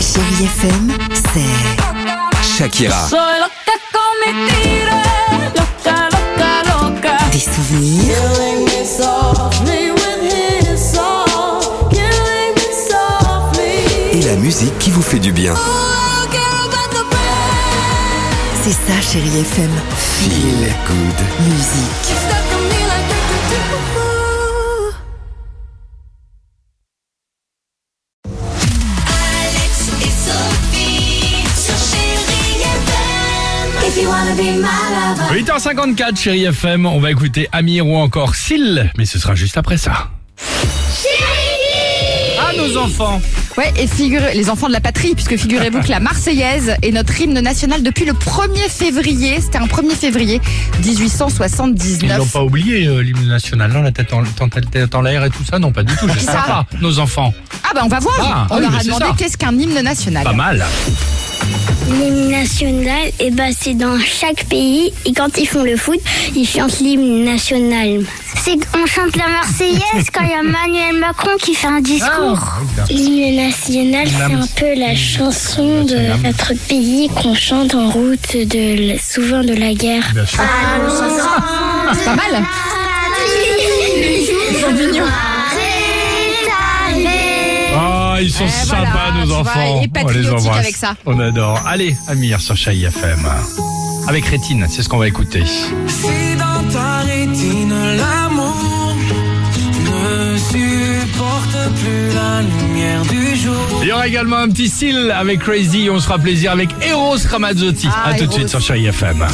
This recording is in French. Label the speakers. Speaker 1: Chérie FM, c'est
Speaker 2: Shakira,
Speaker 3: Soy loca con mi tira, loca, loca, loca.
Speaker 1: des souvenirs,
Speaker 3: Me with his song, killing me softly.
Speaker 2: et la musique qui vous fait du bien.
Speaker 3: Don't care about the pain.
Speaker 1: c'est ça Chérie FM,
Speaker 2: Feel good.
Speaker 1: musique.
Speaker 3: You're stuck on me like do, do, do. Alex et Sophie sur Chérie FM. If you wanna be my lover.
Speaker 4: 8h54, chérie FM, on va écouter Amir ou encore Syl, mais ce sera juste après ça. Ah, nos enfants
Speaker 5: Ouais, et figurez, les enfants de la patrie, puisque figurez-vous que la Marseillaise est notre hymne national depuis le 1er février, c'était un 1er février
Speaker 4: Ils n'ont
Speaker 5: 1879.
Speaker 4: pas oublié euh, l'hymne national, non La tête en, tête- tête en l'air et tout ça Non, pas du tout, je sais
Speaker 5: ça
Speaker 4: pas, nos enfants.
Speaker 5: Ah bah on va voir,
Speaker 4: Ah,
Speaker 5: on
Speaker 4: oui,
Speaker 5: leur
Speaker 4: mais
Speaker 5: a
Speaker 4: c'est
Speaker 5: demandé
Speaker 4: ça.
Speaker 5: qu'est-ce qu'un hymne national.
Speaker 4: Pas mal.
Speaker 6: L'hymne national, eh ben, c'est dans chaque pays. Et quand ils font le foot, ils chantent l'hymne national. C'est on chante la Marseillaise quand il y a Emmanuel Macron qui fait un discours. Ah.
Speaker 4: Ah,
Speaker 6: L'hymne national, c'est un peu la chanson de notre pays qu'on chante en route de la- souvent de la guerre.
Speaker 4: Bien sûr.
Speaker 5: C'est pas mal
Speaker 4: Ah, ils sont
Speaker 5: Eh, voilà,
Speaker 4: sympas,
Speaker 5: tu
Speaker 4: nos
Speaker 5: vois,
Speaker 4: enfants.
Speaker 5: et
Speaker 4: on les
Speaker 5: patriotique
Speaker 4: embrasse.
Speaker 5: avec ça.
Speaker 4: On adore. Allez, Amir sur Chérie FM. Avec Rétine, c'est ce qu'on va écouter.
Speaker 7: Si dans ta rétine l'amour ne supporte plus la lumière du jour.
Speaker 4: Il y aura également un petit Syl avec Crazy, on se fera plaisir avec Eros Ramazzotti.
Speaker 5: Ah,
Speaker 4: à tout de
Speaker 5: Eros.
Speaker 4: suite sur Chérie FM.